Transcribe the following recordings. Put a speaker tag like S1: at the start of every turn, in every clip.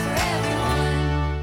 S1: for everyone.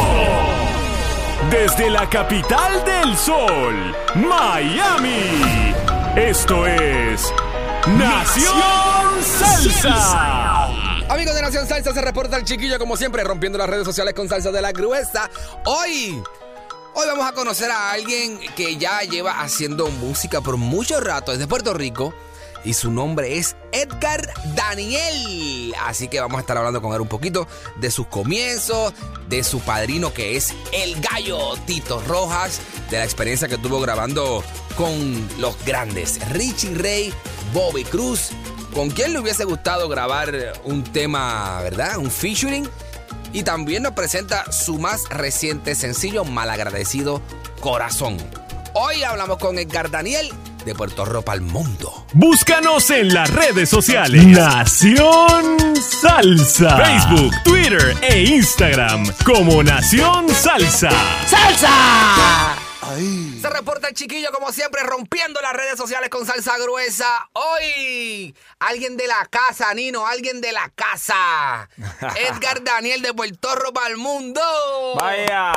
S2: Desde la capital del sol, Miami. Esto es Nación Salsa.
S3: Amigos de Nación Salsa, se reporta el chiquillo como siempre, rompiendo las redes sociales con salsa de la gruesa. Hoy, hoy vamos a conocer a alguien que ya lleva haciendo música por mucho rato, es de Puerto Rico. Y su nombre es Edgar Daniel. Así que vamos a estar hablando con él un poquito de sus comienzos, de su padrino que es el gallo Tito Rojas, de la experiencia que tuvo grabando con los grandes Richie Ray, Bobby Cruz, ¿Con quién le hubiese gustado grabar un tema, verdad? Un featuring. Y también nos presenta su más reciente sencillo, Malagradecido Corazón. Hoy hablamos con Edgar Daniel de Puerto Ropa al Mundo.
S2: Búscanos en las redes sociales. Nación Salsa. Facebook, Twitter e Instagram como Nación Salsa.
S3: Se reporta el chiquillo, como siempre, rompiendo las redes sociales con salsa gruesa. Hoy, alguien de la casa, Nino, alguien de la casa. Edgar Daniel de Puerto Ropa al Mundo.
S4: Vaya,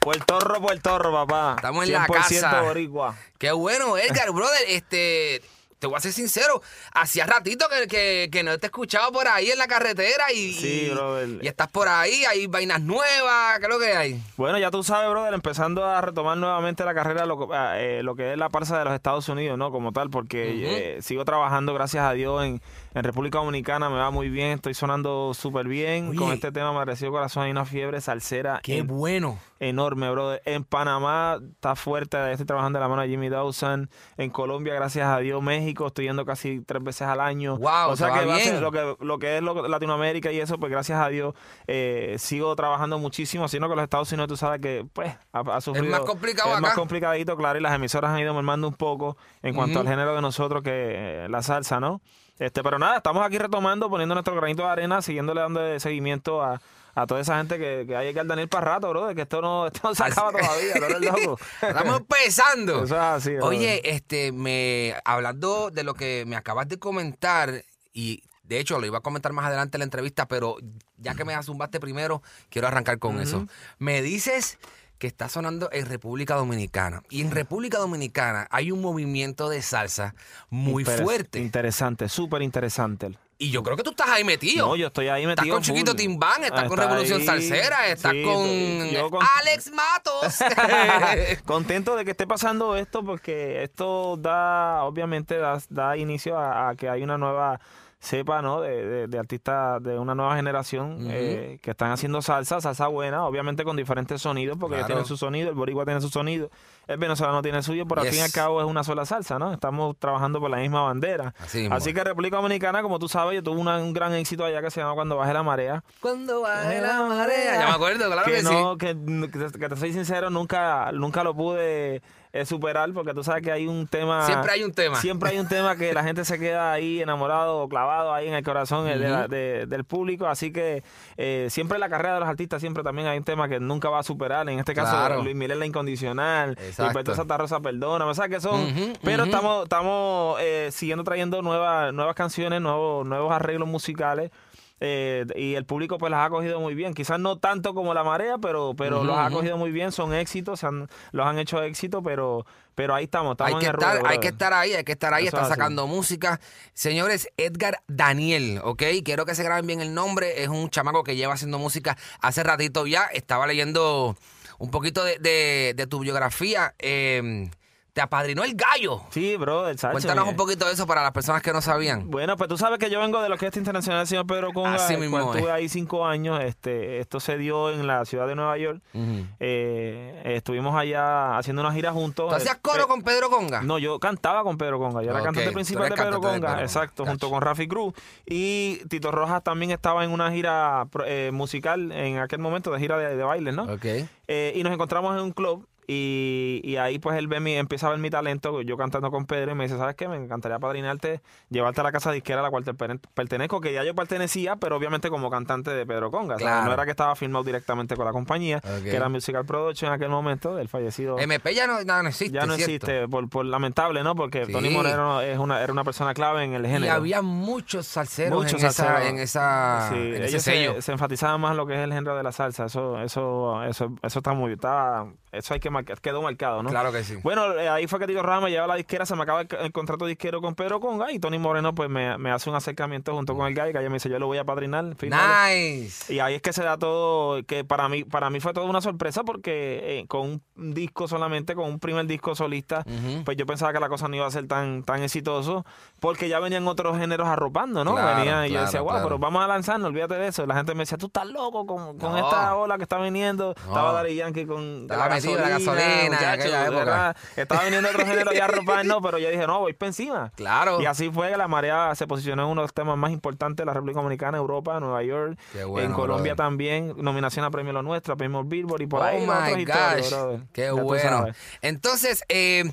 S4: puertorro, puertorro, papá.
S3: Estamos en la
S4: 100%
S3: casa.
S4: boricua.
S3: Qué bueno, Edgar, brother. Este, te voy a ser sincero. Hacía ratito que, que- que no te escuchaba por ahí en la carretera y,
S4: Sí, brother.
S3: y estás por ahí, hay vainas nuevas, ¿qué es lo que hay?
S4: Bueno, ya tú sabes, brother, empezando a retomar nuevamente la carrera, lo, que- ah, eh, lo que es la parsa de los Estados Unidos, ¿no? Como tal, porque eh, sigo trabajando, gracias a Dios, en, en República Dominicana, me va muy bien, estoy sonando súper bien.
S3: Oye.
S4: Con este tema me agradeció corazón, hay una fiebre salsera
S3: Qué
S4: en-
S3: bueno.
S4: enorme, brother. En Panamá está fuerte, estoy trabajando de la mano de Jimmy Dawson. En Colombia, gracias a Dios, México, estoy yendo casi tres veces al año.
S3: Wow,
S4: o sea
S3: te va
S4: que, va a
S3: bien.
S4: ser lo que lo que es lo- Latinoamérica y eso, pues gracias a Dios eh, sigo trabajando muchísimo, sino que los Estados Unidos, tú sabes que, pues, ha, ha sufrido.
S3: más complicado
S4: Es más
S3: acá.
S4: complicadito, claro, y las emisoras han ido mermando un poco en cuanto al género de nosotros, que eh, la salsa, ¿no? Este, pero nada, estamos aquí retomando, poniendo nuestro granito de arena, siguiéndole dando seguimiento a, a toda esa gente que, que hay que al Daniel para rato, bro, de que esto no, esto no se acaba todavía, no eres loco.
S3: Estamos empezando.
S4: Eso es así, brother.
S3: Oye, este, me hablando de lo que me acabas de comentar y de hecho lo iba a comentar más adelante en la entrevista, pero ya que me zumbaste primero, quiero arrancar con eso. Me dices que está sonando en República Dominicana y en República Dominicana hay un movimiento de salsa muy
S4: Interes-
S3: fuerte
S4: Interesante, súper interesante.
S3: y yo creo que tú estás ahí metido.
S4: No, yo estoy ahí
S3: Estás
S4: metido
S3: con
S4: full.
S3: Chiquito Timbán, estás
S4: Ah,
S3: con
S4: está
S3: Revolución
S4: ahí.
S3: Salsera, estás
S4: Sí, yo
S3: con,
S4: con-
S3: Alex Matos.
S4: Contento de que esté pasando esto porque esto da, obviamente, da, da inicio a, a que hay una nueva cepa, ¿no? De, de- de artistas de una nueva generación eh, que están haciendo salsa, salsa buena, obviamente con diferentes sonidos, porque ellos
S3: Claro.
S4: tienen su sonido, el boricua tiene su sonido, el venezolano tiene el suyo, pero al fin y al
S3: Yes.
S4: cabo es una sola salsa, ¿no? Estamos trabajando por la misma bandera.
S3: Así mismo.
S4: que República Dominicana, como tú sabes, yo tuve una- un gran éxito allá que se llama Cuando baje la marea.
S3: Cuando baje la marea. Ya me acuerdo, claro que, sí.
S4: no, que, que te, que te soy sincero, nunca, nunca lo pude eh, superar porque tú sabes que hay un tema...
S3: Siempre hay un tema.
S4: Siempre hay un tema que la gente se queda ahí enamorado o clavado ahí en el corazón eh, de la- de- del público. Así que eh, siempre en la carrera de los artistas siempre también hay un tema que nunca va a superar. En este caso,
S3: Claro.
S4: Luis Miguel La Incondicional,
S3: Exacto.
S4: Gilberto Santa Rosa Perdona. O sea que son...
S3: Ujú,
S4: pero
S3: ujú.
S4: estamos, estamos eh, siguiendo trayendo nuevas, nuevas canciones, nuevos, nuevos arreglos musicales. Eh, y el público pues las ha cogido muy bien. Quizás no tanto como la marea, pero, pero los ha cogido muy bien. Son éxitos, se han- los han hecho éxito, pero, pero ahí estamos. estamos
S3: hay que,
S4: en el ruedo,
S3: estar, hay
S4: brother.
S3: que estar ahí, hay que estar ahí,
S4: Eso
S3: está
S4: es así.
S3: sacando música. Señores, Edgar Daniel, ¿ok? Quiero que se graben bien el nombre. Es un chamaco que lleva haciendo música hace ratito ya. Estaba leyendo un poquito de, de- de tu biografía. Eh, te apadrinó el gallo.
S4: Sí, bro, el Sánchez.
S3: Cuéntanos un poquito de eso para las personas que no sabían.
S4: Bueno, pues tú sabes que yo vengo de la Orquesta Internacional del Señor Pedro Conga.
S3: Así
S4: el
S3: mismo
S4: cual
S3: es.
S4: Estuve ahí cinco años. Este, esto se dio en la ciudad de Nueva York.
S3: Mm.
S4: Eh, estuvimos allá haciendo una gira juntos.
S3: ¿Tú hacías
S4: Eh,
S3: coro
S4: eh,
S3: con Pedro Conga?
S4: No, yo cantaba con Pedro Conga. Yo era
S3: Ah. Ok,
S4: cantante
S3: tú
S4: principal
S3: eras
S4: de Pedro
S3: cantante de
S4: Conga,
S3: Pedro Conga,
S4: exacto, junto
S3: gotcha.
S4: con Rafi Cruz. Y Tito Rojas también estaba en una gira pro- eh, musical en aquel momento, de gira de, de bailes, ¿no?
S3: Ok.
S4: Eh, y nos encontramos en un club. Y, y ahí pues él ve mi, empieza a ver mi talento, yo cantando con Pedro, y me dice, ¿sabes qué? Me encantaría padrinarte, llevarte a la casa disquera a la cual te peren- pertenezco, que ya yo pertenecía, pero obviamente como cantante de Pedro Conga. o sea,
S3: Claro.
S4: No era que estaba firmado directamente con la compañía,
S3: Ok.
S4: que era Musical Production en aquel momento, del fallecido
S3: MP ya no, no, no existe.
S4: ya no
S3: ¿cierto?
S4: existe, por, por lamentable, ¿no? Porque
S3: Sí.
S4: Tony Moreno es una, era una persona clave en el
S3: Y
S4: género.
S3: había muchos salseros
S4: Muchos
S3: en,
S4: salseros.
S3: Esa, en, esa,
S4: Sí,
S3: en ese
S4: ellos
S3: sello.
S4: se, se enfatizaban más lo que es el género de la salsa. Eso, eso, eso, eso está muy, está, eso hay que marcar, quedó marcado, ¿no?
S3: Claro que sí.
S4: Bueno, eh, ahí fue que Tito Rama lleva la disquera, se me acaba el, el contrato disquero con Pedro Conga y Tony Moreno pues me, me hace un acercamiento junto con el guy que ella me dice yo lo voy a padrinar. finales.
S3: Nice.
S4: Y ahí es que se da todo, que para mí, para mí fue toda una sorpresa porque eh, con un disco solamente, con un primer disco solista, pues yo pensaba que la cosa no iba a ser tan, tan exitoso, porque ya venían otros géneros arropando, ¿no?
S3: Claro,
S4: venían y yo
S3: claro,
S4: decía, wow,
S3: claro.
S4: pero vamos a lanzarnos, olvídate de eso. La gente me decía, tú estás loco con, con
S3: No.
S4: esta ola que está viniendo. Estaba Dari Yankee con
S3: Estaba metido en la gasolina, en aquella
S4: de
S3: época.
S4: verdad. Estaba viniendo otro género ya arropando, pero yo dije, no, voy para encima.
S3: Claro.
S4: Y así fue que la marea se posicionó en uno de los temas más importantes de la República Dominicana, Europa, Nueva York,
S3: Qué bueno,
S4: en Colombia
S3: brother.
S4: también, nominación a Premio Lo Nuestro, a Premio Billboard y por ahí
S3: oh
S4: van
S3: my
S4: otras historias,
S3: gosh.
S4: brother.
S3: Qué
S4: Ya tú
S3: bueno.
S4: sabes.
S3: Entonces, eh,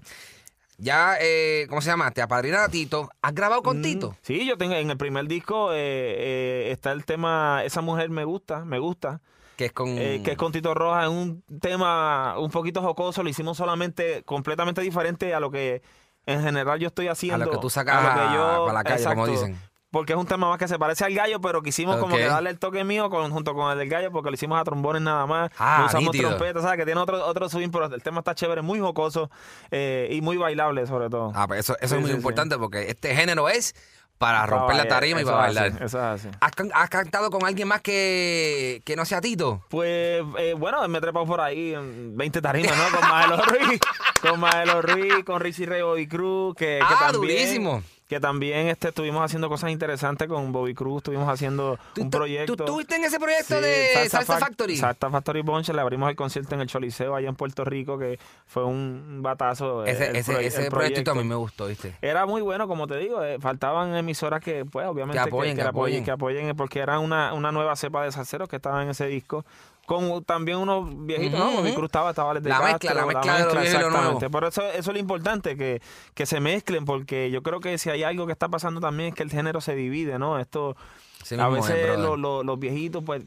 S3: ya, eh, ¿cómo se llama? Te apadrina a Tito. ¿Has grabado
S4: Mm,
S3: con Tito?
S4: Sí, yo tengo en el primer disco eh, eh, está el tema Esa mujer me gusta, me gusta,
S3: Que es con.
S4: eh, que es con Tito Rojas, es un tema un poquito jocoso, lo hicimos solamente completamente diferente a lo que en general yo estoy haciendo.
S3: que tú sacas para la calle, como dicen.
S4: Porque es un tema más que se parece al gallo, pero quisimos como
S3: Ok.
S4: que darle el toque mío con, junto con el del gallo, porque lo hicimos a trombones nada más.
S3: Ah,
S4: no usamos
S3: nítido.
S4: trompetas, ¿sabes? Que tiene otro, otro swing, pero el tema está chévere, muy jocoso eh, y muy bailable sobre todo.
S3: Ah, pues eso, eso
S4: Sí,
S3: es muy
S4: sí, sí.
S3: importante porque este género es para
S4: Para
S3: romper la
S4: bailar,
S3: tarima y
S4: Ah, eso
S3: para
S4: es
S3: bailar.
S4: así, eso es así.
S3: ¿Has, can- has cantado con alguien más que, que no sea Tito?
S4: Pues eh, bueno, me he trepado por ahí en 20 tarimas, ¿no? Con Maelo Ruiz, con Maelo Ruiz, con Richie Ray Bobby Cruz, que, que
S3: Ah,
S4: también,
S3: durísimo.
S4: Que también este, estuvimos haciendo cosas interesantes con Bobby Cruz, estuvimos haciendo un
S3: ¿Tú-
S4: proyecto.
S3: ¿Tú estuviste en ese proyecto
S4: Sí,
S3: de Salsa,
S4: Fac-
S3: Factory?
S4: Salsa Factory Bunch, le abrimos el concierto en el Choliseo allá en Puerto Rico, que fue un batazo. eh,
S3: Ese,
S4: el
S3: ese,
S4: proye-
S3: ese
S4: el
S3: proyectito a mí me gustó, ¿viste?
S4: era muy bueno, como te digo, eh, faltaban emisoras que, pues, obviamente,
S3: Que apoyen, que
S4: la
S3: apoyen.
S4: que apoyen, eh, porque era una, una nueva cepa de salseros que estaban en ese disco, con también unos viejitos,
S3: Ujú,
S4: ¿no? Como
S3: ujú.
S4: Cruz estaba, estaba Alex de
S3: La
S4: Castro,
S3: mezcla, la mezcla de lo viejo y lo nuevo.
S4: exactamente. Pero eso, eso es lo importante, que, que se mezclen, porque yo creo que si hay algo que está pasando también es que el género se divide, ¿no? Esto...
S3: Sí
S4: a
S3: mismo es,
S4: veces
S3: brother.
S4: lo- lo- los viejitos, pues,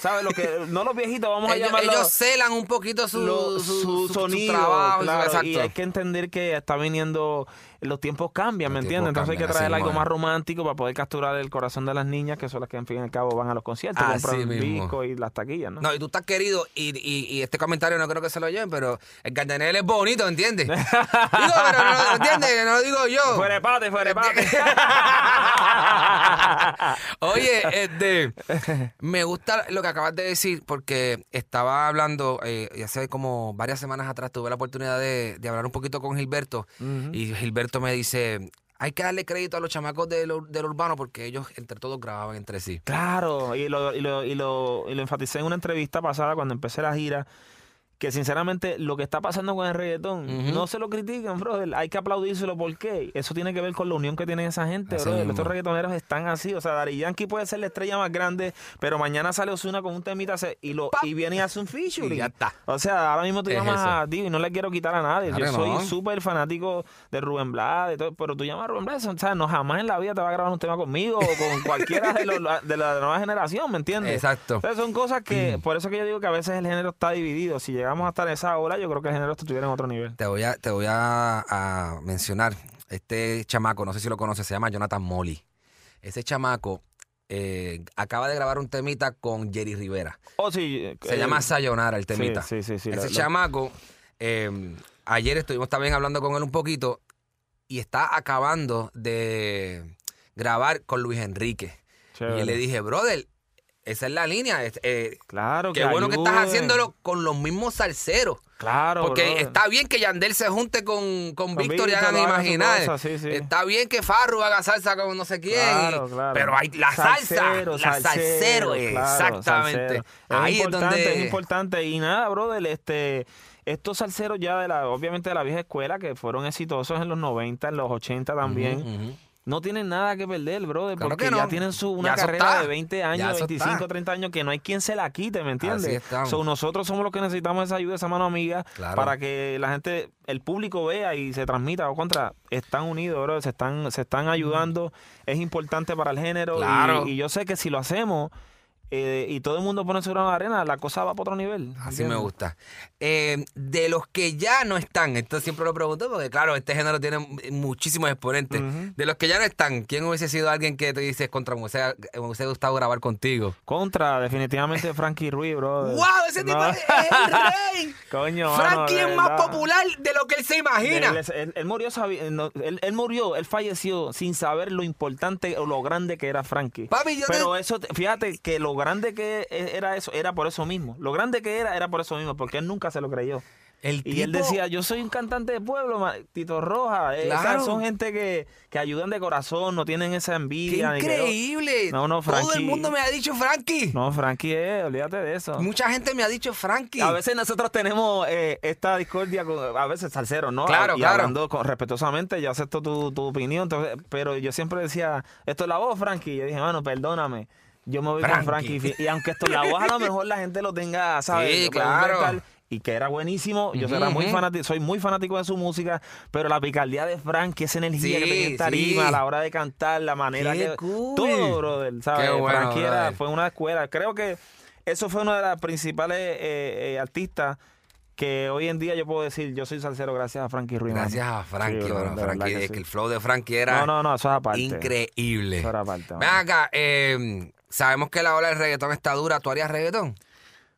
S4: ¿sabes? Lo que, no los viejitos, vamos a
S3: ellos,
S4: llamarlos
S3: ellos celan un poquito su, su,
S4: lo- su
S3: su- su
S4: sonido,
S3: trabajo. y su-
S4: claro,
S3: exacto.
S4: y hay que entender que está viniendo, los tiempos cambian, ¿me
S3: Los
S4: entiendes?
S3: tiempos
S4: Entonces hay que
S3: cambian,
S4: traer
S3: así
S4: algo
S3: mismo
S4: más
S3: es.
S4: romántico para poder capturar el corazón de las niñas, que son las que en fin y al cabo van a los conciertos,
S3: Así
S4: compran
S3: mismo.
S4: discos y las taquillas, ¿no?
S3: No, y tú estás querido, y, y- y este comentario no creo que se lo lleven, pero el Cardenal es bonito, ¿entiendes? Digo, pero no lo entiendes, que no lo digo yo.
S4: Fuera de pate, fuera de pate.
S3: Oye, este, me gusta lo que acabas de decir porque estaba hablando, eh, y hace como varias semanas atrás tuve la oportunidad de, de hablar un poquito con Gilberto y Gilberto me dice, hay que darle crédito a los chamacos del, ur- del urbano porque ellos entre todos grababan entre sí.
S4: Claro, y lo, y, lo, y, lo, y lo enfaticé en una entrevista pasada cuando empecé la gira, que sinceramente lo que está pasando con el reggaetón, no se lo critiquen, brother, hay que aplaudírselo, ¿por qué? Eso tiene que ver con la unión que tienen esa gente,
S3: Así
S4: brother,
S3: mismo.
S4: estos reggaetoneros están así, o sea, Dari Yankee puede ser la estrella más grande, pero mañana sale Osuna con un temita se- y, lo, y viene y hace un featuring.
S3: Y ya está.
S4: O sea, ahora mismo tú
S3: Es
S4: llamas
S3: eso.
S4: a ti y no le quiero quitar a nadie,
S3: Claro
S4: yo
S3: que
S4: soy
S3: no.
S4: súper fanático de Rubén Blades, de todo, pero tú llamas a Rubén Blades, o sea, no jamás en la vida te va a grabar un tema conmigo o con cualquiera de, los- de la nueva generación, ¿me entiendes?
S3: Exacto. Mm.
S4: Entonces, son cosas que, por eso que yo digo que a veces el género está dividido. Si llegamos hasta esa ola, yo creo que el género estuviera en otro nivel.
S3: Te voy a, te voy a, a mencionar este chamaco, no sé si lo conoces, se llama Jonathan Molly. Ese chamaco eh, acaba de grabar un temita con Jerry Rivera.
S4: O si,
S3: Se
S4: eh,
S3: llama Sayonara el temita.
S4: sí, sí, sí,
S3: Ese
S4: lo- lo-
S3: chamaco, eh, ayer estuvimos también hablando con él un poquito y está acabando de grabar con Luis Enrique.
S4: Chévere.
S3: Y le dije, brother, Esa es la línea. es- eh,
S4: Claro,
S3: qué
S4: que
S3: bueno que estás
S4: ayuden.
S3: haciéndolo con los mismos salseros.
S4: Claro,
S3: Porque
S4: brother.
S3: está bien que Yandel se junte con, con
S4: Con
S3: Víctor y
S4: Víctor,
S3: hagan
S4: hagan su
S3: imaginar.
S4: cosa, sí, sí.
S3: Está bien que Farru haga salsa con no sé quién.
S4: Claro, claro.
S3: Pero hay la salsa.
S4: Salsero,
S3: la salsero,
S4: claro,
S3: exactamente.
S4: salsero. Es
S3: Ahí es
S4: importante,
S3: donde.
S4: es importante. Y nada, brother, este, estos salseros ya de la, obviamente de la vieja escuela, que fueron exitosos en los 90, en los 80 también, no tienen nada que perder, brother,
S3: Claro
S4: porque
S3: que no.
S4: ya tienen su, una
S3: Ya eso
S4: carrera
S3: está.
S4: de 20
S3: Ya
S4: años,
S3: eso está.
S4: 25, 30 años, que no hay quien se la quite, ¿me
S3: Así
S4: entiendes?
S3: estamos.
S4: So, nosotros somos los que necesitamos esa ayuda, esa mano amiga,
S3: Claro.
S4: para que la gente, el público vea y se transmita. O contra, están unidos, bro, se están, se están ayudando, es importante para el género.
S3: Claro.
S4: Y, y yo sé que si lo hacemos eh, y todo el mundo pone su grano de arena, la cosa va para otro nivel.
S3: Así me
S4: ¿entiendes?
S3: gusta. Eh, de los que ya no están, esto siempre lo pregunto porque, claro, este género tiene muchísimos exponentes. De los que ya no están, ¿quién hubiese sido alguien que te dices contra me hubiese, me hubiese gustado grabar contigo?
S4: Contra, definitivamente Frankie Ruiz, bro.
S3: ¡Wow! Ese tipo
S4: Pues, No.
S3: es el rey.
S4: Coño,
S3: Frankie
S4: mano, de
S3: es más
S4: verdad.
S3: popular de lo que él se imagina.
S4: Él, él- él murió, sabi- eh, no, él, él murió, él falleció sin saber lo importante o lo grande que era Frankie.
S3: Papi, yo
S4: Pero
S3: te-
S4: eso, te- fíjate que lo grande que e- era eso, era por eso mismo. Lo grande que era, era por eso mismo, porque él nunca se lo creyó.
S3: El
S4: y él
S3: tipo-
S4: decía, yo soy un cantante de pueblo, ma- Tito Roja. Eh, o sea,
S3: Claro.
S4: son gente que, que ayudan de corazón, no tienen esa
S3: ¡Qué
S4: envidia. ni que-
S3: increíble!
S4: No, no,
S3: Todo el
S4: Frankie-
S3: mundo me ha dicho Frankie.
S4: No, Frankie, eh, olvídate de eso.
S3: Mucha gente me ha dicho Frankie.
S4: A veces nosotros tenemos eh, esta discordia, con, a veces salsero, ¿no?
S3: Claro,
S4: y
S3: claro.
S4: hablando con- respetuosamente, yo acepto tu, tu opinión, entonces, pero yo siempre decía, esto es la voz, Frankie. Yo dije, mano, perdóname. Yo me voy con
S3: Frankie.
S4: Frankie. Y aunque esto es la voz, a lo mejor la gente lo tenga, ¿sabes?
S3: Sí,
S4: Lo puede
S3: claro.
S4: inventar, Y que era buenísimo. Yo era muy fanati- soy muy fanático de su música, pero la picardía de Frankie, esa energía que
S3: Sí,
S4: tenía en tarima,
S3: sí.
S4: a la hora de cantar, la manera
S3: Qué
S4: que.
S3: cool.
S4: Todo, brother, ¿sabes?
S3: Qué bueno,
S4: Frankie era-
S3: brother.
S4: fue una escuela. Creo que eso fue una de las principales eh, eh, artistas que hoy en día yo puedo decir, yo soy salsero gracias a Frankie Ruiz.
S3: Gracias
S4: mano.
S3: a Frankie,
S4: Sí, bro,
S3: mano,
S4: de verdad
S3: Frankie,
S4: que
S3: es
S4: sí.
S3: que el flow de Frankie era
S4: No, no, no, eso es aparte.
S3: increíble.
S4: Eso era aparte,
S3: Ven
S4: mano.
S3: acá, eh, sabemos que la ola del reggaetón está dura. ¿Tú harías reggaetón?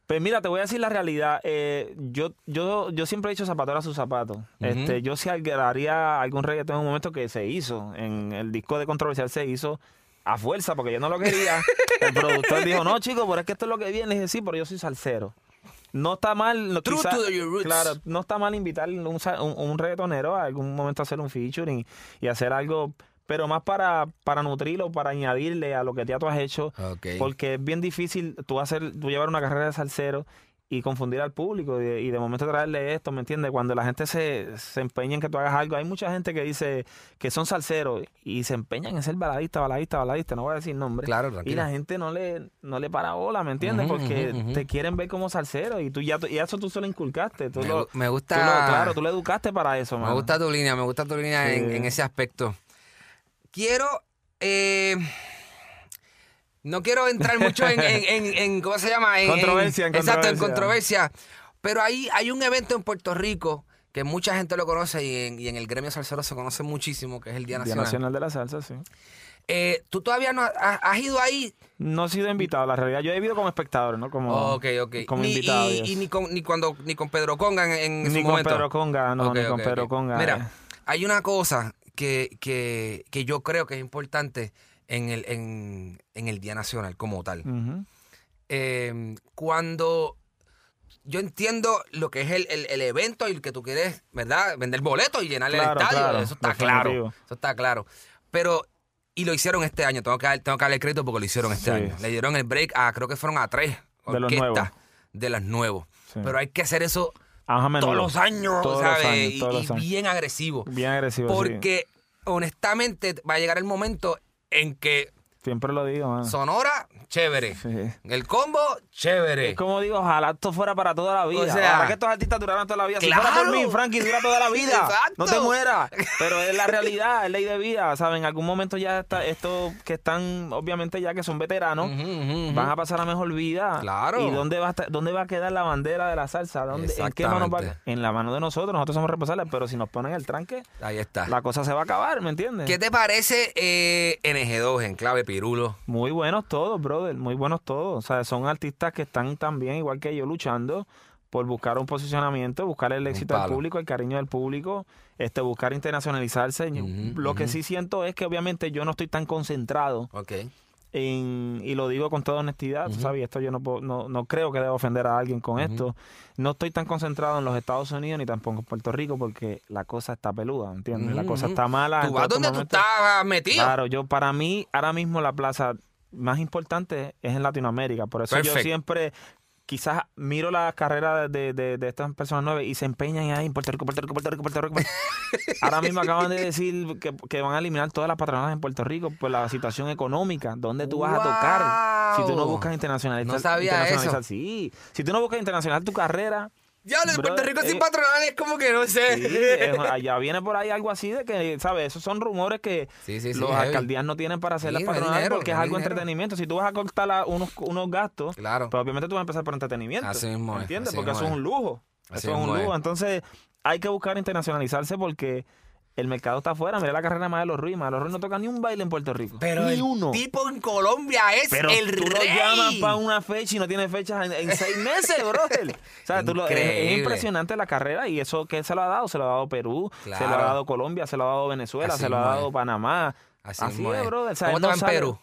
S4: Pues mira, te voy a decir la realidad. Eh, yo, yo, yo siempre he dicho zapatero a sus zapatos. este, yo sí haría algún reggaetón en un momento que se hizo. En el disco de Controversial se hizo a fuerza porque yo no lo quería. el productor dijo, no, chico, pero es que esto es lo que viene. Y dije, sí, pero yo soy salsero. No está mal. No,
S3: True to your roots.
S4: Claro, no está mal invitar un, sa- un, un reggaetonero a algún momento a hacer un featuring y hacer algo, pero más para, para nutrirlo, para añadirle a lo que ya tú has hecho.
S3: Ok.
S4: Porque es bien difícil tú hacer, tú llevar una carrera de salsero y confundir al público y de, y de momento traerle esto, ¿me entiendes? Cuando la gente se, se empeña en que tú hagas algo, hay mucha gente que dice que son salseros y se empeñan en ser baladista, baladista, baladista, no voy a decir nombre.
S3: Claro,
S4: y
S3: tranquilo.
S4: la gente no le, no le para bola, ¿me entiendes?
S3: Ujú,
S4: Porque
S3: ujú, ujú.
S4: te quieren ver como salsero y tú ya y eso tú solo inculcaste. Tú
S3: Me
S4: lo-
S3: gu- me gusta-
S4: tú lo- claro, tú lo educaste para eso,
S3: Me
S4: mano.
S3: gusta tu línea, me gusta tu línea en,
S4: Sí.
S3: en ese aspecto. Quiero. eh, no quiero entrar mucho en, en- en- en- ¿Cómo se llama? En, en-
S4: Controversia, en
S3: Exacto, en
S4: controversia.
S3: controversia. Pero ahí hay un evento en Puerto Rico que mucha gente lo conoce y en, y en el gremio salsero se conoce muchísimo, que es el Día
S4: Día
S3: Nacional.
S4: Nacional de la Salsa, sí.
S3: Eh, ¿Tú todavía no has, has ido ahí?
S4: No he sido invitado, la realidad. Yo he vivido como espectador, ¿no? Como,
S3: ok, ok.
S4: como
S3: ni,
S4: invitado.
S3: y,
S4: yes.
S3: y ni, con, ni cuando, ni con Pedro Conga en, en
S4: Ni
S3: su
S4: con
S3: momento.
S4: Pedro Conga, no,
S3: Ok,
S4: ni con
S3: ok,
S4: Pedro
S3: ok.
S4: Conga.
S3: Mira, hay una cosa que, que, que yo creo que es importante en el, en, en el Día Nacional como tal.
S4: Ujú.
S3: Eh, cuando yo entiendo lo que es el, el- el evento y el que tú quieres, ¿verdad? Vender boletos y llenar
S4: Claro,
S3: el estadio.
S4: claro,
S3: eso está
S4: definitivo.
S3: claro. Eso está claro. Pero, y lo hicieron este año. Tengo que, dar- tengo que darle crédito porque lo hicieron este
S4: Sí.
S3: año. Le dieron el break a, creo que fueron a tres
S4: De los nuevos.
S3: orquestas de las nuevos.
S4: Sí.
S3: Pero hay que hacer eso
S4: Ajá, menudo.
S3: todos los años,
S4: Todos los
S3: ¿sabes?
S4: años,
S3: Y-
S4: todos
S3: y,
S4: los años.
S3: bien agresivo.
S4: Bien agresivo, sí.
S3: Porque, honestamente, va a llegar el momento en que
S4: Siempre lo digo, mano.
S3: Sonora, chévere.
S4: Ah. Sí.
S3: El combo, chévere.
S4: Es como digo, ojalá esto fuera para toda la vida.
S3: O sea,
S4: ojalá que estos artistas duraran toda la vida. Si fuera
S3: ¡claro!
S4: por mí, Frankie, dura toda la vida.
S3: Exacto.
S4: No te mueras. Pero es la realidad, es ley de vida. ¿Saben? En algún momento ya está, estos que están, obviamente ya que son veteranos, van a pasar a mejor vida.
S3: Claro.
S4: ¿Y dónde va a, estar- dónde va a quedar la bandera de la salsa? ¿Dónde- ¿En qué mano va? a-
S3: Exactamente.
S4: En la mano de nosotros. Nosotros somos responsables, pero si nos ponen el tranque,
S3: Ahí está.
S4: la cosa se va a acabar, ¿me entiendes?
S3: Ah. ¿Qué te parece eh, NG2 en clave pirulo?
S4: Muy buenos todos, brother, muy buenos todos. O sea, son artistas que están también, igual que yo, luchando por buscar un posicionamiento, buscar el éxito del
S3: palo.
S4: público, el cariño del público, este buscar internacionalizarse. Yo- Lo que sí siento es que obviamente yo no estoy tan concentrado
S3: Ok.
S4: en- y lo digo con toda honestidad, tú ¿sabes? Y Esto yo no, puedo- no, no creo que deba ofender a alguien con esto. No estoy tan concentrado en los Estados Unidos ni tampoco en Puerto Rico porque la cosa está peluda, ¿entiendes? La cosa está mala. en
S3: Tú vas
S4: todo
S3: donde tú
S4: momento.
S3: estabas metido.
S4: Claro, yo para mí ahora mismo la plaza más importante es en Latinoamérica, por eso yo
S3: Perfecto.
S4: siempre quizás miro la carrera de, de- de estas personas nuevas y se empeñan ahí en Puerto Rico, Puerto Rico, Puerto Rico, Puerto Rico. Puerto Rico. ahora mismo acaban de decir que, que van a eliminar todas las patronadas en Puerto Rico por la situación económica, ¿dónde tú vas a tocar si tú no
S3: Wow.
S4: buscas internacionalizar?
S3: No sabía
S4: internacionalizar?
S3: eso.
S4: Sí, si tú no buscas internacionalizar tu carrera,
S3: Diablo, de
S4: Bro,
S3: Puerto Rico sin
S4: eh,
S3: patronal es como que no sé.
S4: Sí, es- allá viene por ahí algo así de que, ¿sabes? Esos son rumores que
S3: Sí, sí, sí,
S4: los
S3: heavy.
S4: alcaldías no tienen para hacer
S3: Sí,
S4: las
S3: no hay
S4: patronales
S3: dinero,
S4: porque es
S3: no hay
S4: algo
S3: dinero.
S4: entretenimiento. Si tú vas a cortar la- unos, unos gastos,
S3: Claro.
S4: pues obviamente tú vas a empezar por entretenimiento.
S3: Así mismo es,
S4: ¿Entiendes?
S3: así
S4: porque
S3: mismo
S4: eso es
S3: es.
S4: un lujo.
S3: Así
S4: eso es un
S3: mismo es.
S4: lujo. Entonces, hay que buscar internacionalizarse porque el mercado está afuera. Mira la carrera más de los Ruiz. Los Ruiz no toca ni un baile en Puerto Rico.
S3: Pero
S4: ni
S3: el
S4: uno.
S3: tipo en Colombia es
S4: Pero
S3: el
S4: tú
S3: rey.
S4: lo llamas para una fecha y no tiene fecha en, en seis meses, brother. O sea, tú lo- es- es,
S3: Increíble.
S4: impresionante la carrera y eso que se lo ha dado. Se lo ha dado Perú, se lo ha
S3: Claro.
S4: dado Colombia, se lo ha dado Venezuela,
S3: Así
S4: se lo ha
S3: mismo
S4: dado
S3: es.
S4: Panamá. Así,
S3: mismo
S4: es,
S3: es.
S4: brother. O sea,
S3: ¿Cómo
S4: no
S3: estaba en
S4: sabe-
S3: Perú?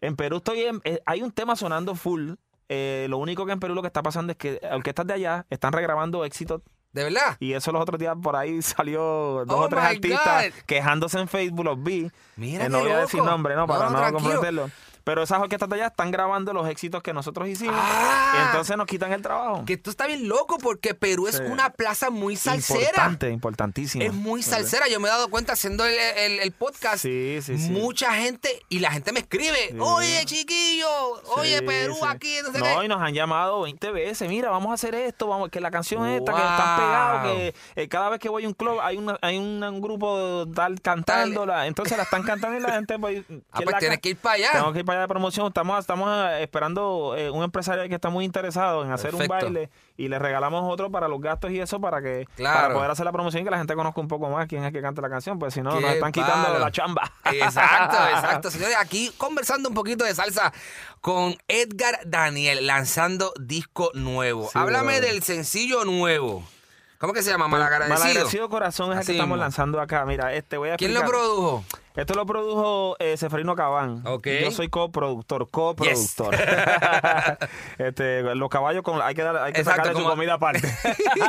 S4: En Perú estoy en- eh, hay un tema sonando full. Eh, lo único que en Perú lo que está pasando es que orquestas de allá están regrabando éxitos
S3: ¿De verdad?
S4: y eso los otros días por ahí salió dos
S3: Oh
S4: o tres
S3: my
S4: artistas
S3: God.
S4: quejándose en Facebook, los vi.
S3: Mira
S4: Eh, no
S3: qué
S4: voy a decir
S3: loco.
S4: nombre, no,
S3: No,
S4: para
S3: no,
S4: no,
S3: tranquilo.
S4: comprometerlo. Pero esas orquestas de allá están grabando los éxitos que nosotros hicimos
S3: Ah.
S4: y entonces nos quitan el trabajo.
S3: Que esto está bien loco porque Perú es
S4: Sí.
S3: una plaza muy salsera.
S4: Importante, importantísimo.
S3: Es muy salsera. Yo me he dado cuenta haciendo el, el- el podcast.
S4: Sí, sí, sí.
S3: Mucha gente y la gente me escribe.
S4: Sí.
S3: Oye, chiquillo. Oye,
S4: Sí,
S3: Perú,
S4: sí.
S3: aquí. No, sé
S4: No,
S3: qué".
S4: y nos han llamado 20 veces. Mira, vamos a hacer esto, vamos que la canción esta, que están
S3: Wow.
S4: pegados, que eh, cada vez que voy a un club hay, una, hay una- un grupo tal cantándola. Entonces la están cantando y la gente... Pues,
S3: Ah,
S4: ¿quién
S3: pues
S4: la
S3: tienes
S4: can-
S3: que ir para allá.
S4: Tengo que ir para allá de promoción. Estamos, estamos eh, esperando eh, un empresario que está muy interesado en hacer un
S3: Perfecto.
S4: baile y le regalamos otro para los gastos y eso para que
S3: Claro.
S4: para poder hacer la promoción y que la gente conozca un poco más quién es el que canta la canción, pues si no,
S3: Qué
S4: nos están quitando
S3: palo.
S4: la chamba.
S3: Exacto, exacto. Señores, aquí conversando un poquito de salsa con Edgar Daniel, lanzando disco nuevo.
S4: Sí,
S3: Háblame
S4: brother. Pues,
S3: del sencillo nuevo. ¿Cómo que se llama? Malagradecido.
S4: Malagradecido Corazón es el
S3: Así
S4: que estamos
S3: mismo.
S4: lanzando acá. Mira, este voy a
S3: ¿Quién lo
S4: explicar.
S3: produjo?
S4: Esto lo produjo eh, Seferino Cabán.
S3: Ok.
S4: Yo soy coproductor, coproductor. este, los caballos con, hay que, dar, hay que
S3: Exacto,
S4: sacarle su
S3: como-
S4: comida aparte.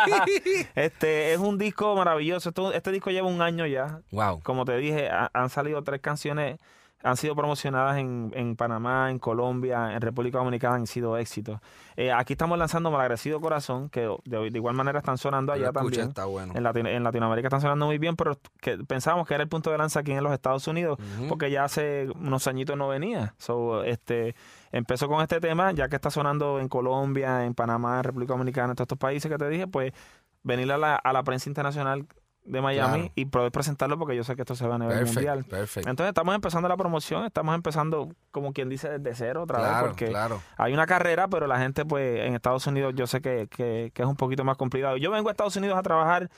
S4: este es un disco maravilloso. Esto- este disco lleva un año ya.
S3: Wow.
S4: Como te dije, ha- han salido tres canciones, han sido promocionadas en, en Panamá, en Colombia, en República Dominicana, han sido éxitos. Eh, aquí estamos lanzando Malagradecido Corazón, que de, de igual manera están sonando
S3: Yo lo
S4: allá
S3: escuché,
S4: también.
S3: está bueno.
S4: En, Latino- en Latinoamérica están sonando muy bien, pero que pensábamos que era el punto de lanza aquí en los Estados Unidos, porque ya hace unos añitos no venía. So, este, empezó con este tema, ya que está sonando en Colombia, en Panamá, en República Dominicana, en todos estos países que te dije, pues venir a la, a la prensa internacional de Miami
S3: Claro.
S4: y poder presentarlo porque yo sé que esto se va a nivel
S3: Perfecto,
S4: mundial.
S3: perfecto.
S4: Entonces estamos empezando la promoción, estamos empezando como quien dice desde cero otra vez
S3: Claro,
S4: porque
S3: claro.
S4: hay una carrera, pero la gente pues en Estados Unidos yo sé que, que- que es un poquito más complicado. Yo vengo a Estados Unidos a trabajar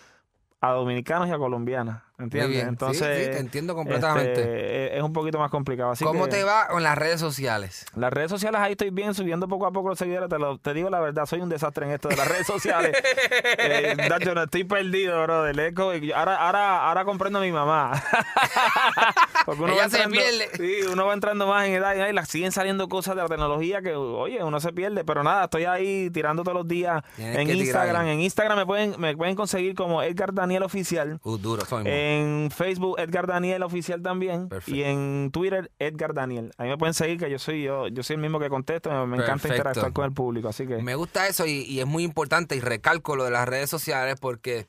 S4: a dominicanos y a colombianas, ¿entiendes?
S3: bien. Sí,
S4: Entonces
S3: sí, te entiendo completamente.
S4: este, es- es un poquito más complicado. Así
S3: ¿Cómo
S4: que-
S3: te va con las redes sociales?
S4: las redes sociales ahí estoy bien, subiendo poco a poco los seguidores. Te, lo- te digo la verdad, soy un desastre en esto de las redes sociales. eh, Nacho, no estoy perdido, bro. Del eco. Y Ahora, ahora, ahora comprendo a mi mamá. Porque
S3: Ella se
S4: entrando-
S3: pierde.
S4: Sí, uno va entrando más en edad y ay, la- siguen saliendo cosas de la tecnología que, oye, uno se pierde. Pero nada, estoy ahí tirando todos los días
S3: Tienes
S4: en
S3: que tirar.
S4: Instagram. En Instagram me pueden, me pueden conseguir como Edgar Daniel Oficial.
S3: Uh, duro, soy
S4: Eh. En Facebook, Edgar Daniel Oficial también.
S3: Perfecto.
S4: Y en Twitter, Edgar Daniel. Ahí me pueden seguir, que yo soy yo, yo soy el mismo que contesto. Me, me encanta
S3: Perfecto.
S4: interactuar con el público. Así que.
S3: Me gusta eso y, y es muy importante y recalco lo de las redes sociales porque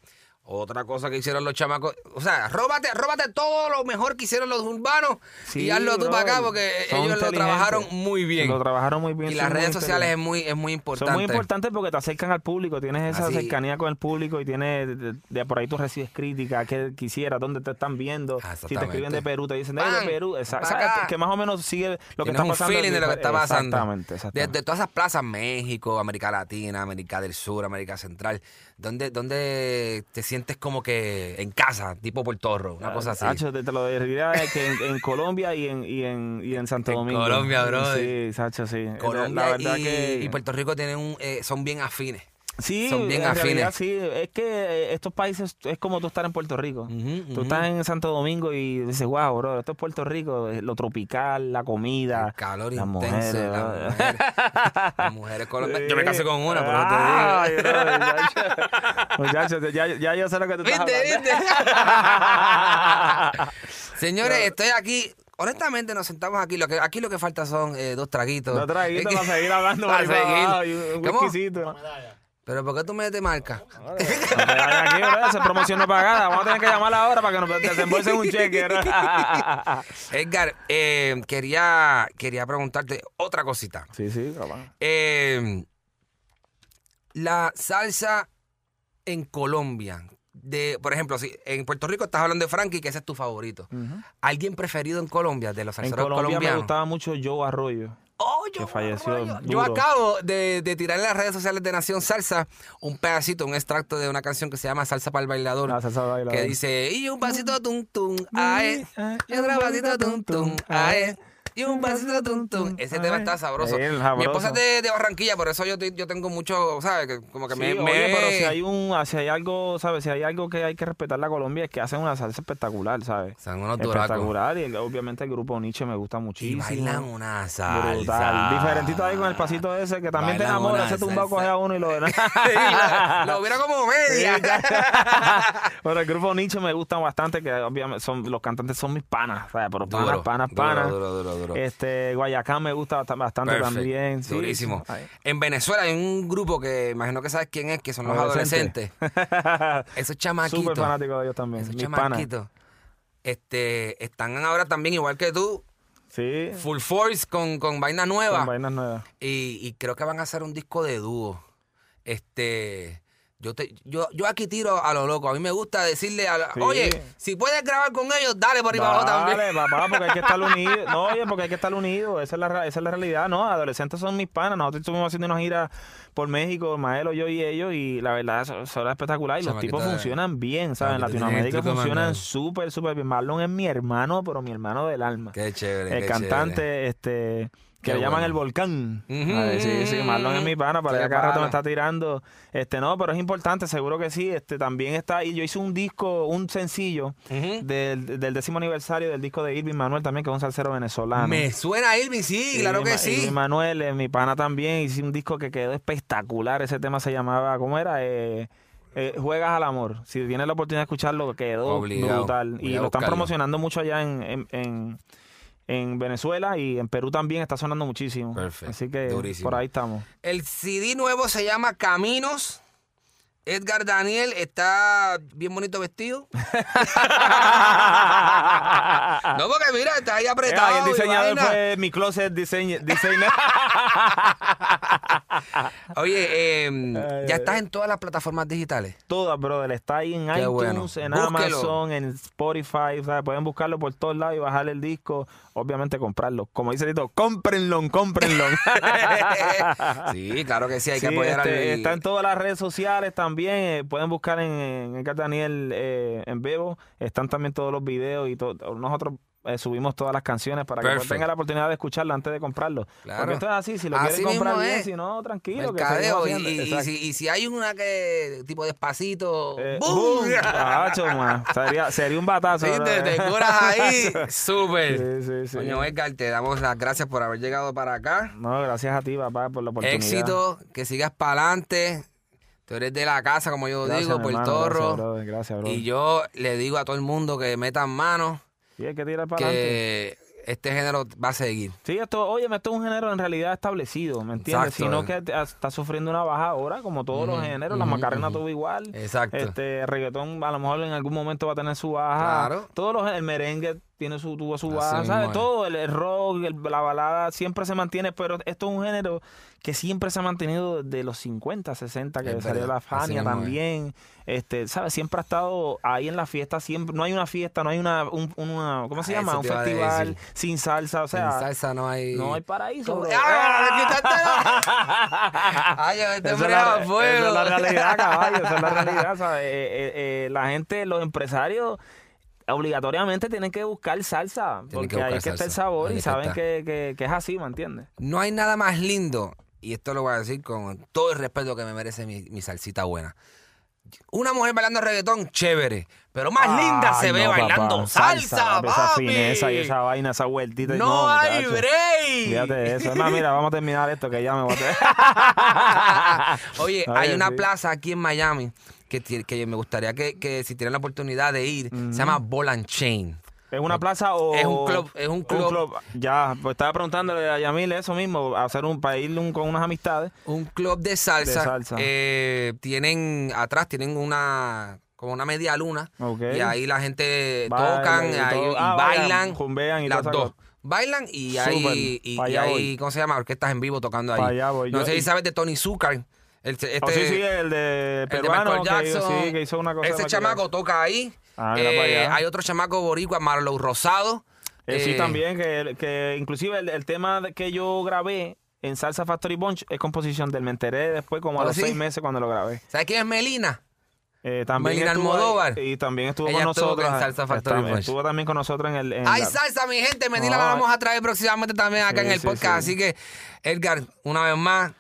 S3: otra cosa que hicieron los chamacos, o sea, róbate, róbate todo lo mejor que hicieron los urbanos y
S4: Sí,
S3: hazlo tú para acá
S4: brother.
S3: porque
S4: Son
S3: ellos lo
S4: inteligentes.
S3: trabajaron muy bien.
S4: Lo trabajaron muy bien.
S3: y
S4: son
S3: las
S4: muy
S3: redes sociales es
S4: inteligentes.
S3: muy, es muy importante.
S4: Son muy importantes porque te acercan al público, tienes esa
S3: Así.
S4: cercanía con el público y tienes, de, de por ahí tú recibes críticas, que quisieras, dónde te están viendo,
S3: Ah,
S4: si te escriben de
S3: exactamente.
S4: Perú, te dicen, "Ey, de
S3: Pan,
S4: Perú,
S3: para
S4: exacto, ¿sabes?
S3: acá.
S4: que más o menos sigue lo
S3: Tienes
S4: que está
S3: un
S4: pasando.
S3: feeling de lo que está pasando.
S4: Exactamente, exactamente.
S3: De, de todas esas plazas, México, América Latina, América del Sur, América Central, donde, donde te sientes como que en casa, tipo Puertorro,
S4: Ah,
S3: una cosa así.
S4: Sacho, te, te lo diría es que en, en Colombia y en, y en, y en Santo
S3: En
S4: Domingo.
S3: Colombia, brother.
S4: Sí, Sacho, sí.
S3: Colombia
S4: la verdad
S3: y,
S4: que...
S3: y Puerto Rico tienen un, eh, son bien afines.
S4: Sí,
S3: Son bien
S4: en realidad
S3: afines.
S4: sí. Es que eh, estos países es como tú estar en Puerto Rico.
S3: Ujú,
S4: Tú estás en Santo Domingo y dices, wow, bro, esto es Puerto Rico, eh, lo tropical, la comida,
S3: El calor
S4: Ah, las
S3: intenso, las
S4: mujeres, ¿no?
S3: mujeres. Las mujeres colombianas. Yo me
S4: Sí.
S3: casé con una, pero no
S4: Ay,
S3: te digo.
S4: bro, muchacho. Muchacho, ya, ya yo sé lo que tú estás
S3: ¿Viste,
S4: hablando.
S3: viste? Señores, estoy aquí. Honestamente, nos sentamos aquí. Lo que, aquí lo que falta son eh, dos traguitos.
S4: Lo traguito para seguir hablando
S3: Para
S4: por ahí para
S3: seguir.
S4: abajo, y un
S3: ¿Cómo?
S4: whiskycito. No,
S3: Pero ¿por qué tú me te marcas?
S4: Ah. pero aquí, bro, esa promoción no pagada. Vamos a tener que llamar ahora para que nos desembolsen un cheque. bro.
S3: Edgar, eh, quería, quería preguntarte otra cosita.
S4: sí, sí, papá.
S3: Eh, la salsa en Colombia. De, por ejemplo, si en Puerto Rico estás hablando de Frankie, que ese es tu favorito. ¿Alguien preferido en Colombia de los
S4: En
S3: salseros
S4: Colombia me
S3: colombianos?
S4: gustaba mucho Joe Arroyo.
S3: Oh, yo,
S4: que falleció
S3: Arroyo. Yo
S4: duro.
S3: acabo de, de tirar en las redes sociales de Nación Salsa un pedacito, un extracto de una canción que se llama Salsa para el bailador.
S4: La salsa bailadora.
S3: Que dice, y un pasito tum tum, ah, eh, ae, y otro pasito tum tum,
S4: Ah, eh.
S3: ae, y un pasito tum tum. Ese tema está sabroso.
S4: Sí, el
S3: Mi esposa
S4: sabroso.
S3: es de, de Barranquilla, por eso yo, te- yo tengo mucho, ¿sabes? Que Como que me...
S4: Sí,
S3: me-
S4: oye, pero si hay un, si hay algo, ¿sabes? Si hay algo que hay que respetar la Colombia es que hacen una salsa espectacular, ¿sabes?
S3: Son unos duracos.
S4: espectacular y el- obviamente el grupo Nietzsche me gusta
S3: Y
S4: muchísimo.
S3: bailan una salsa.
S4: Brutal. Diferentito ahí con el pasito ese que también te
S3: Bailan
S4: enamora,
S3: una
S4: ese tumbado
S3: salsa.
S4: coge a uno y lo demás.
S3: Sí, la- la hubiera como media.
S4: Bueno, el grupo Nietzsche me gusta bastante, que obviamente son, los cantantes son mis panas, ¿sabes? Pero panas,
S3: Duro,
S4: panas,
S3: duro,
S4: panas.
S3: duro, duro, duro.
S4: Este, Guayacán me gusta bast- bastante
S3: Perfect.
S4: también. sí.
S3: Durísimo.
S4: Ay.
S3: En Venezuela hay un grupo que imagino que sabes quién es, que son los adolescentes.
S4: Adolescentes.
S3: Esos chamaquitos.
S4: Súper fanático de ellos también.
S3: Esos
S4: mis panas.
S3: chamaquitos. Este, están ahora también, igual que tú,
S4: Sí.
S3: full force con, con vaina nueva.
S4: Con vainas nuevas.
S3: Y, y creo que van a hacer un disco de dúo. Este, yo, te, yo, yo aquí tiro a lo loco. A mí me gusta decirle, a la-
S4: Sí.
S3: oye, si puedes grabar con ellos, dale por ahí para abajo también.
S4: Dale, papá, porque hay que estar unidos. No, oye, porque hay que estar unidos. Esa es la, ra- esa es la realidad. No, adolescentes son mis panas. Nosotros estuvimos haciendo una gira por México, Maelo, yo y ellos, y la verdad, eso, eso era espectacular. Y los
S3: Chamaquito
S4: tipos
S3: de-
S4: funcionan bien, ¿sabes? En
S3: Chamaquito tiene
S4: Latinoamérica
S3: truco,
S4: funcionan
S3: mano.
S4: súper, súper bien. Marlon es mi hermano, pero mi hermano del alma.
S3: Qué chévere.
S4: el
S3: qué
S4: cantante,
S3: chévere.
S4: este, que
S3: Qué
S4: le llaman
S3: bueno.
S4: el volcán.
S3: Ujú,
S4: Ay, sí, sí, Marlon es mi pana, para
S3: qué
S4: acá rato
S3: pana.
S4: me está tirando. Este, no, pero es importante, seguro que sí. Este, también está ahí. Yo hice un disco, un sencillo
S3: Ujú.
S4: del, del décimo aniversario del disco de Irving Manuel también, que es un salsero venezolano.
S3: Me suena Irving, sí, claro que
S4: Irving-
S3: sí.
S4: Irving Manuel, eh, mi pana también, hice un disco que quedó espectacular. Ese tema se llamaba, ¿cómo era? Eh, eh, Juegas al amor. Si tienes la oportunidad de escucharlo, quedó
S3: Obligado.
S4: brutal.
S3: Voy
S4: Y
S3: a
S4: lo están
S3: buscarlo.
S4: promocionando mucho allá en, en, en- en Venezuela y en Perú también está sonando muchísimo.
S3: Perfecto.
S4: Así que
S3: Durísimo.
S4: por ahí estamos.
S3: El CD nuevo se llama Caminos. Edgar Daniel está bien bonito vestido. No, porque mira, está ahí apretado.
S4: Eh, el
S3: y
S4: diseñador
S3: vaina.
S4: fue mi closet diseña- designer.
S3: Oye, em, ya estás en todas las plataformas digitales.
S4: todas, brother. Está ahí en
S3: Qué
S4: iTunes,
S3: bueno.
S4: en
S3: Búsquelo.
S4: Amazon, en Spotify. ¿sabes? Pueden buscarlo por todos lados y bajar el disco. Obviamente comprarlo. Como dice Lito, cómprenlo, cómprenlo.
S3: sí, claro que sí, hay
S4: Sí,
S3: que apoyar al-
S4: este, Está en todas las redes sociales también. eh, pueden buscar en, en Edgar Daniel eh, en Bebo. Están también todos los videos y todo. Nosotros eh, subimos todas las canciones para que
S3: Perfect.
S4: tengan la oportunidad de escucharla antes de comprarlo.
S3: Claro.
S4: Porque esto es así. Si lo
S3: Así
S4: quieren comprar
S3: mismo
S4: bien,
S3: es.
S4: si no, tranquilo. que
S3: mercadeo.
S4: seguimos
S3: y,
S4: haciendo.
S3: y- y
S4: Exacto.
S3: si, y si hay una que tipo despacito,
S4: Eh,
S3: ¡boom!
S4: boom. Tacho, man. Sería, sería un batazo.
S3: Sí, te,
S4: ¿verdad?
S3: te curas ahí. Súper.
S4: Sí, sí, sí.
S3: Coño, eh. Edgar, te damos las gracias por haber llegado para acá.
S4: No, gracias a ti, papá, por la oportunidad.
S3: Éxito, que sigas para adelante. Tú eres de la casa, como yo
S4: Gracias,
S3: digo,
S4: mi
S3: por el
S4: hermano,
S3: torro.
S4: Gracias, brother, gracias, bro.
S3: y yo le digo a todo el mundo que metan mano,
S4: Sí, hay que tirar para adelante.
S3: que este género va a seguir.
S4: Sí, esto, oye, esto es un género en realidad establecido, ¿me entiendes?
S3: Exacto.
S4: Sino que te- ah, está sufriendo una baja ahora, como todos los géneros. la macarena tuvo igual.
S3: Exacto.
S4: Este, el reggaetón a lo mejor en algún momento va a tener su baja.
S3: Claro.
S4: Todos los, el merengue tiene su, tuvo su
S3: Así
S4: baja,
S3: mismo
S4: ¿sabes?
S3: es.
S4: Todo, el, el rock, el- la balada, siempre se mantiene, pero esto es un género que siempre se ha mantenido desde los 50, 60, que
S3: Es
S4: salió
S3: verdad,
S4: la Fania
S3: así mismo es.
S4: también. Este, ¿sabes? Siempre ha estado ahí en la fiesta, siempre, no hay una fiesta, no hay una, un- una ¿cómo se
S3: Ah,
S4: llama?
S3: eso
S4: Un
S3: te iba a
S4: festival
S3: decir.
S4: sin salsa, o sea,
S3: Sin salsa no hay.
S4: no hay paraíso. bro.
S3: ¡Ah! ¡Le quitaste la- Ay, yo me
S4: Esa
S3: te
S4: es
S3: hombre
S4: la-
S3: a fuego.
S4: esa es la realidad, caballo. Esa es la realidad, ¿sabes? Eh, eh, eh, la gente, los empresarios, obligatoriamente tienen que buscar salsa.
S3: que
S4: Porque
S3: buscar
S4: ahí es que está el
S3: salsa,
S4: sabor
S3: ahí
S4: y
S3: es que
S4: saben
S3: está.
S4: que, que- que es así, ¿me entiendes?
S3: No hay nada más lindo y esto lo voy a decir con todo el respeto que me merece mi, mi salsita buena. Una mujer bailando reggaetón, chévere, pero más Ah, linda se
S4: Ay,
S3: ve
S4: no, papá.
S3: bailando salsa,
S4: papi, Esa
S3: papi.
S4: fineza y esa vaina, esa vueltita. y
S3: No hay
S4: muchacho.
S3: break.
S4: Fíjate de eso. No, mira, vamos a terminar esto que ya me voy a
S3: Oye,
S4: Oye,
S3: hay una
S4: sí.
S3: plaza aquí en Miami que, ti- que me gustaría que, que si tienen la oportunidad de ir, se llama Ball and Chain.
S4: ¿Es una plaza o...?
S3: Es un club, es un club.
S4: Ya, pues estaba preguntándole a Yamil eso mismo, hacer un país con unas amistades.
S3: Un club de salsa.
S4: De salsa.
S3: Eh, tienen atrás tienen una como una media luna
S4: Ok.
S3: y ahí la gente
S4: Baila
S3: tocan,
S4: y
S3: ahí
S4: todo. Ah,
S3: bailan,
S4: bailan, jumbean y
S3: las
S4: toda esa
S3: dos. Bailan y
S4: Súper.
S3: hay, y,
S4: Pa'
S3: y
S4: allá
S3: hay,
S4: voy.
S3: ¿cómo se llama? Orquestas en vivo tocando ahí.
S4: Pa' allá voy.
S3: No
S4: Yo-
S3: sé si
S4: y-
S3: sabes de Tony Zucker. El, este,
S4: oh, sí, sí, el de
S3: el de
S4: peruano
S3: Michael
S4: que,
S3: Jackson.
S4: sí, que hizo una cosa. de
S3: Ese
S4: Michael
S3: chamaco
S4: Jackson.
S3: toca ahí.
S4: Ah, mira
S3: Eh,
S4: pa' allá.
S3: hay otro chamaco boricua, Marlow Rosado.
S4: Eh,
S3: Eh,
S4: sí, también, que, que inclusive el, el tema de- que yo grabé en Salsa Factory Bunch es composición del Me enteré después como a
S3: ¿Ah,
S4: los
S3: sí?
S4: seis meses cuando lo grabé.
S3: ¿Sabes quién es Melina?
S4: Eh, también
S3: Melina
S4: estuvo ahí,
S3: Almodóvar.
S4: Y también estuvo
S3: Ella
S4: con
S3: estuvo
S4: nosotros.
S3: en Salsa Factory
S4: Estuvo-
S3: Bunch.
S4: Estuvo también con nosotros en el... en
S3: Hay
S4: la-
S3: salsa, mi gente. Melina
S4: No,
S3: la vamos a traer próximamente también acá
S4: Ah. Sí,
S3: en el
S4: sí,
S3: podcast.
S4: sí.
S3: Así que, Edgar, una vez más,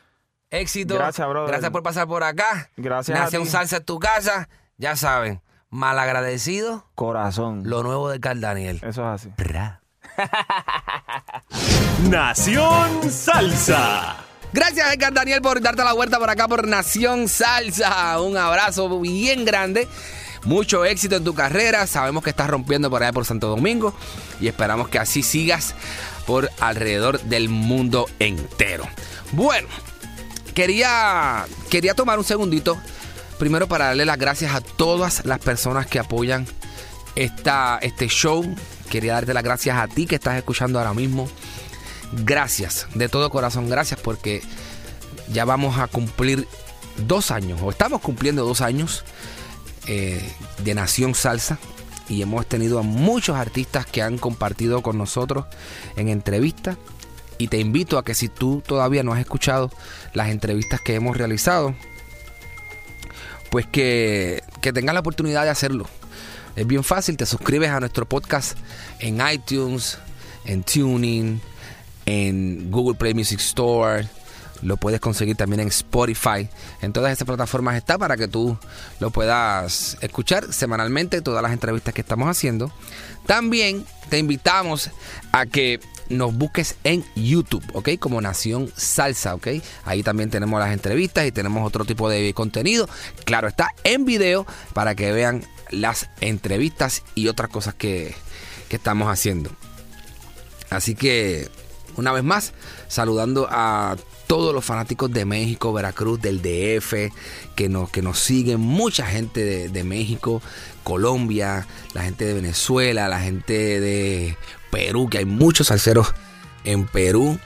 S3: éxito.
S4: Gracias, brother.
S3: Gracias por pasar por acá.
S4: Gracias a
S3: Nace
S4: ti.
S3: un salsa en tu casa. Ya saben, malagradecido,
S4: Corazón.
S3: lo nuevo de Carl Daniel.
S4: Eso es así.
S3: Ra.
S2: Nación Salsa.
S3: Gracias, Edgar Daniel, por darte la vuelta por acá por Nación Salsa. Un abrazo bien grande. Mucho éxito en tu carrera. Sabemos que estás rompiendo por allá por Santo Domingo y esperamos que así sigas por alrededor del mundo entero. Bueno, quería, quería tomar un segundito primero para darle las gracias a todas las personas que apoyan esta, este show. Quería darte las gracias a ti que estás escuchando ahora mismo gracias, de todo corazón, gracias porque ya vamos a cumplir dos años, o estamos cumpliendo dos años eh, de Nación Salsa y hemos tenido a muchos artistas que han compartido con nosotros en entrevistas y te invito a que si tú todavía no has escuchado las entrevistas que hemos realizado, pues que, que tengas la oportunidad de hacerlo. Es bien fácil, te suscribes a nuestro podcast en iTunes, en Tuning, en Google Play Music Store. Lo puedes conseguir también en Spotify. En todas estas plataformas está para que tú lo puedas escuchar semanalmente, todas las entrevistas que estamos haciendo. También te invitamos a que nos busques en YouTube, ¿ok? Como Nación Salsa, ¿ok? Ahí también tenemos las entrevistas y tenemos otro tipo de contenido. Claro, está en video para que vean las entrevistas y otras cosas que, que estamos haciendo. Así que, una vez más, saludando a todos los fanáticos de México, Veracruz, del DF, que nos, que nos siguen, mucha gente de, de México, Colombia, la gente de Venezuela, la gente de Perú, que hay muchos salseros en Perú,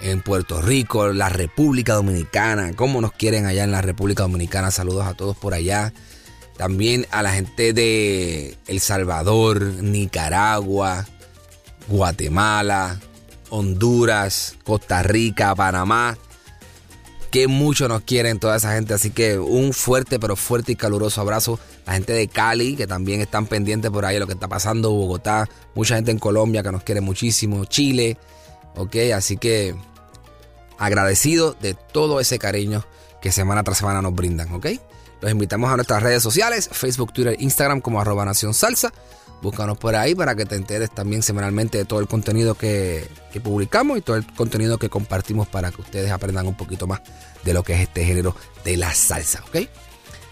S3: en Puerto Rico, la República Dominicana, cómo nos quieren allá en la República Dominicana, saludos a todos por allá. También a la gente de El Salvador, Nicaragua, Guatemala, Honduras, Costa Rica, Panamá. Que mucho nos quieren toda esa gente. Así que un fuerte, pero fuerte y caluroso abrazo. La gente de Cali, que también están pendientes por ahí de lo que está pasando. Bogotá, mucha gente en Colombia que nos quiere muchísimo. Chile, ok. Así que agradecido de todo ese cariño que semana tras semana nos brindan, ¿ok? Los invitamos a nuestras redes sociales, Facebook, Twitter, Instagram como arroba Nación Salsa. Búscanos por ahí para que te enteres también semanalmente de todo el contenido que, que publicamos y todo el contenido que compartimos para que ustedes aprendan un poquito más de lo que es este género de la salsa, ¿ok? Esa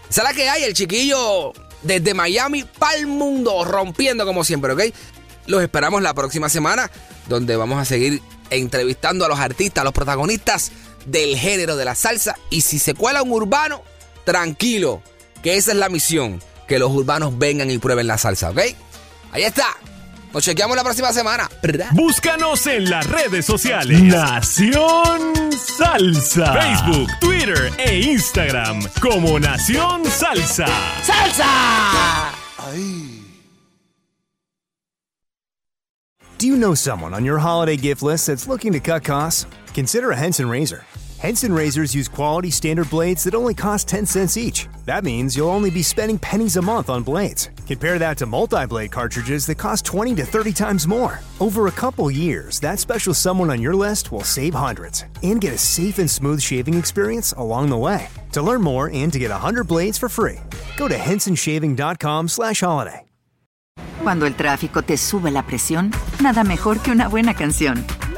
S3: es la que hay, el chiquillo desde Miami para el mundo, rompiendo como siempre, ¿ok? Los esperamos la próxima semana, donde vamos a seguir entrevistando a los artistas, a los protagonistas del género de la salsa. Y si se cuela un urbano, tranquilo, que esa es la misión, que los urbanos vengan y prueben la salsa, ¿ok? Ahí está. Nos chequeamos la próxima semana.
S2: Búscanos en las redes sociales. Nación Salsa. Facebook, Twitter e Instagram como Nación Salsa.
S5: Do you know someone on your holiday gift list that's looking to cut costs? Consider a Henson razor.
S2: Heads and razors use quality standard blades that only cost 10 cents each. That means you'll only be spending pennies a month on blades. Compare that to multi blade cartridges that cost 20 to 30 times more. Over a couple years, that special someone on your list will save hundreds and get a safe and smooth shaving experience along the way. To learn more and to get 100 blades for free, go to hensonshaving.com slash holiday.
S6: Cuando el tráfico te sube la presión, nada mejor que una buena canción.